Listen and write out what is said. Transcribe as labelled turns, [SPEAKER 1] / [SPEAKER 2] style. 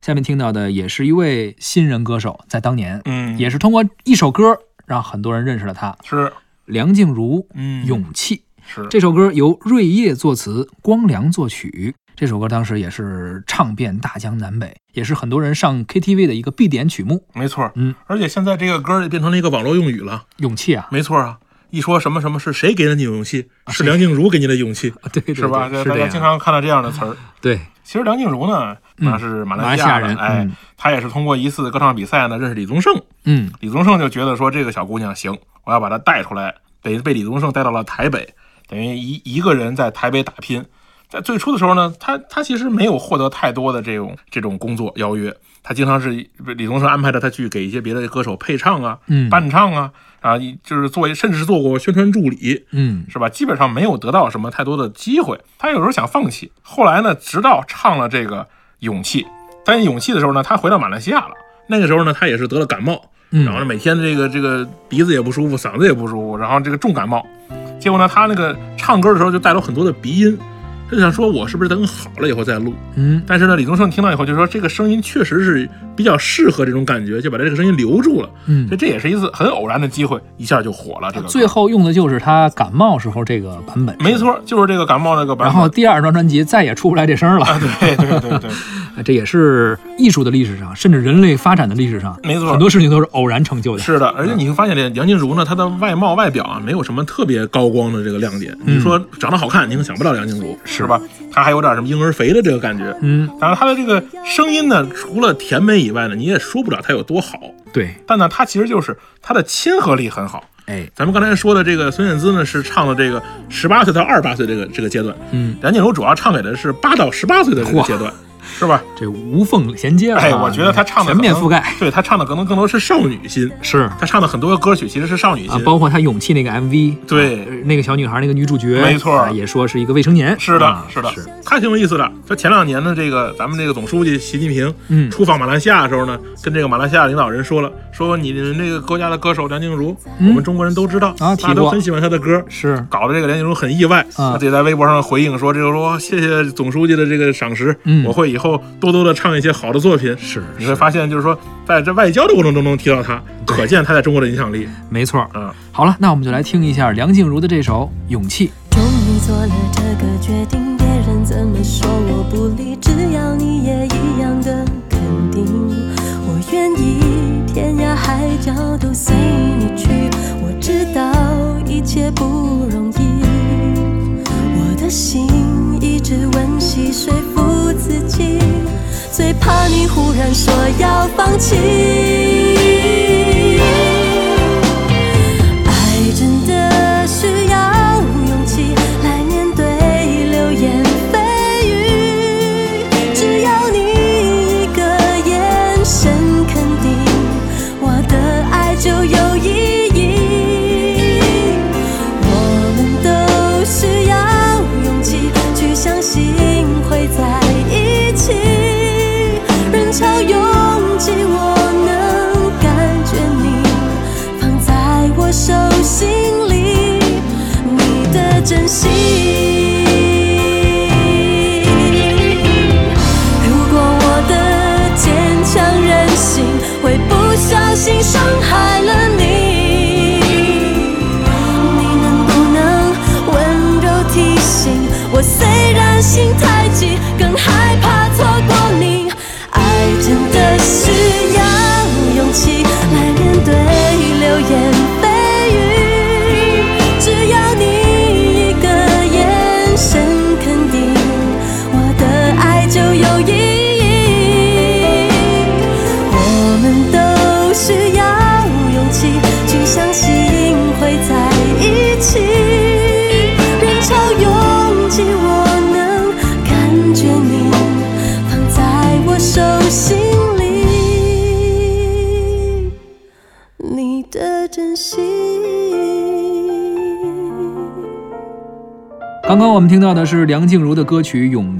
[SPEAKER 1] 下面听到的也是一位新人歌手，在当年
[SPEAKER 2] 嗯，
[SPEAKER 1] 也是通过一首歌让很多人认识了他，
[SPEAKER 2] 是，
[SPEAKER 1] 梁静茹
[SPEAKER 2] 嗯
[SPEAKER 1] 《勇气》。
[SPEAKER 2] 是
[SPEAKER 1] 这首歌由瑞叶作词，光良作曲。这首歌当时也是唱遍大江南北，也是很多人上 KTV 的一个必点曲目。
[SPEAKER 2] 没错，
[SPEAKER 1] 嗯，
[SPEAKER 2] 而且现在这个歌儿也变成了一个网络用语了，
[SPEAKER 1] 勇气啊，
[SPEAKER 2] 没错啊，一说什么什么是谁给了你勇气，是
[SPEAKER 1] 谁
[SPEAKER 2] 梁静茹给你的勇气，
[SPEAKER 1] 啊对对对，
[SPEAKER 2] 是吧？
[SPEAKER 1] 是
[SPEAKER 2] 大
[SPEAKER 1] 这
[SPEAKER 2] 家
[SPEAKER 1] 样。
[SPEAKER 2] 经常看到这样的词儿。
[SPEAKER 1] 对，
[SPEAKER 2] 其实梁静茹呢，
[SPEAKER 1] 嗯
[SPEAKER 2] 那是马
[SPEAKER 1] 马来
[SPEAKER 2] 来
[SPEAKER 1] 西
[SPEAKER 2] 西
[SPEAKER 1] 亚
[SPEAKER 2] 的
[SPEAKER 1] 人
[SPEAKER 2] 哎
[SPEAKER 1] 嗯，
[SPEAKER 2] 她也是通过一次歌唱比赛呢认识李宗盛，
[SPEAKER 1] 嗯，
[SPEAKER 2] 李宗盛就觉得说这个小姑娘行，我要把她带出来，等于被李宗盛带到了台北，等于一一个人在台北打拼。在最初的时候呢，她她其实没有获得太多的这种这种工作邀约，她经常是李宗盛安排着她去给一些别的歌手配唱啊、
[SPEAKER 1] 嗯
[SPEAKER 2] 伴唱啊啊，一就是做甚至是做过宣传助理，
[SPEAKER 1] 嗯，
[SPEAKER 2] 是吧？基本上没有得到什么太多的机会，他有时候想放弃。后来呢，直到唱了这个《勇气》，担任勇气的时候呢，他回到马来西亚了。那个时候呢，他也是得了感冒，
[SPEAKER 1] 嗯
[SPEAKER 2] 然后呢，每天这个这个鼻子也不舒服，嗓子也不舒服，然后这个重感冒。结果呢，他那个唱歌的时候就带了很多的鼻音，他就想说我是不是等好了以后再录？
[SPEAKER 1] 嗯
[SPEAKER 2] 但是呢，李宗盛听到以后就说这个声音确实是比较适合这种感觉，就把这个声音留住了。所以
[SPEAKER 1] 嗯，
[SPEAKER 2] 这也是一次很偶然的机会，一下就火了。这个歌
[SPEAKER 1] 最后用的就是他感冒时候这个版本，
[SPEAKER 2] 没。错，就是这个感冒那个版
[SPEAKER 1] 然
[SPEAKER 2] 本。
[SPEAKER 1] 后第二张专辑再也出不来这声了，哎
[SPEAKER 2] 啊，对对对 对，
[SPEAKER 1] 这也是艺术的历史上，甚至人类发展的历史上，
[SPEAKER 2] 嗯没错
[SPEAKER 1] 很多事情都是偶然成就的。
[SPEAKER 2] 是的，而且你会发现这梁静茹呢，她的外貌外表啊，没有什么特别高光的这个亮点。你说长得好看，你可能想不到梁静茹，是吧？她还有点什么婴儿肥的这个感觉。
[SPEAKER 1] 嗯，
[SPEAKER 2] 当然，她的这个声音呢，除了甜美以外呢，你也说不了她有多好。
[SPEAKER 1] 对，
[SPEAKER 2] 但呢，她其实就是她的亲和力很好。
[SPEAKER 1] 哎，
[SPEAKER 2] 咱们刚才说的这个孙燕姿呢，是唱的这个十八岁到二十八岁这个这个阶段。
[SPEAKER 1] 嗯，
[SPEAKER 2] 梁静茹主要唱给的是八到十八岁的这个
[SPEAKER 1] 嚯
[SPEAKER 2] 阶段，是吧？
[SPEAKER 1] 这无缝衔接了啊。
[SPEAKER 2] 哎，我觉得她唱的
[SPEAKER 1] 全面覆盖，，
[SPEAKER 2] 对她唱的可能更多是少女心。
[SPEAKER 1] 是
[SPEAKER 2] 他唱的很多歌曲其实是少女
[SPEAKER 1] 啊
[SPEAKER 2] 心，，
[SPEAKER 1] 包括他勇气那个 MV，
[SPEAKER 2] 对
[SPEAKER 1] 呃那个小女孩，那个女主角，
[SPEAKER 2] 没错
[SPEAKER 1] 啊也说是一个未成年，
[SPEAKER 2] 是的，
[SPEAKER 1] 啊
[SPEAKER 2] 是的，他挺有意思的。他前两年的这个咱们这个总书记习近平，
[SPEAKER 1] 嗯
[SPEAKER 2] 出访马来西亚的时候呢，跟这个马来西亚领导人说了，说你们这个国家的歌手梁静茹，
[SPEAKER 1] 嗯
[SPEAKER 2] 我们中国人都知道，
[SPEAKER 1] 啊提
[SPEAKER 2] 大家都
[SPEAKER 1] 过
[SPEAKER 2] 很喜欢她的歌。
[SPEAKER 1] 是，
[SPEAKER 2] 搞得这个梁静茹很意外，
[SPEAKER 1] 啊
[SPEAKER 2] 他自己在微博上回应说：“这个说谢谢总书记的这个赏识，
[SPEAKER 1] 嗯
[SPEAKER 2] 我会以后多多的唱一些好的作品。”
[SPEAKER 1] 是
[SPEAKER 2] 你会发现，就是说在这外交的过程中能提到他，
[SPEAKER 1] 对
[SPEAKER 2] 可见他在中国的影响力。
[SPEAKER 1] 没错儿。
[SPEAKER 2] 嗯，
[SPEAKER 1] 好了，那我们就来听一下梁静茹的这首《勇气》。
[SPEAKER 3] 终于做了这个决定，别人怎么说我不理，只要你也一样的肯定，我愿意天涯海角都随你去。我知道一切不容易，我的心一直温习说服自己，最怕你忽然说要放弃。爱真的需要勇气来面对流言蜚语，只要你一个眼神肯定，我的爱就有意义。我们都需要勇气去相信会在一起，人潮拥挤，我能感觉你。放在我手心里，你的真心。如果我的坚强任性会不小心伤害了你，你能不能温柔提醒我？虽然心太急，更害怕错过你。爱真的需要勇气来面对流言蜚语，只要你一个眼神肯定，我的爱就有意义。我们都需要勇气去相信会在一起，人潮拥挤，我能感觉你放在我手心里，你的真心。
[SPEAKER 1] 刚刚我们听到的是梁静茹的歌曲《勇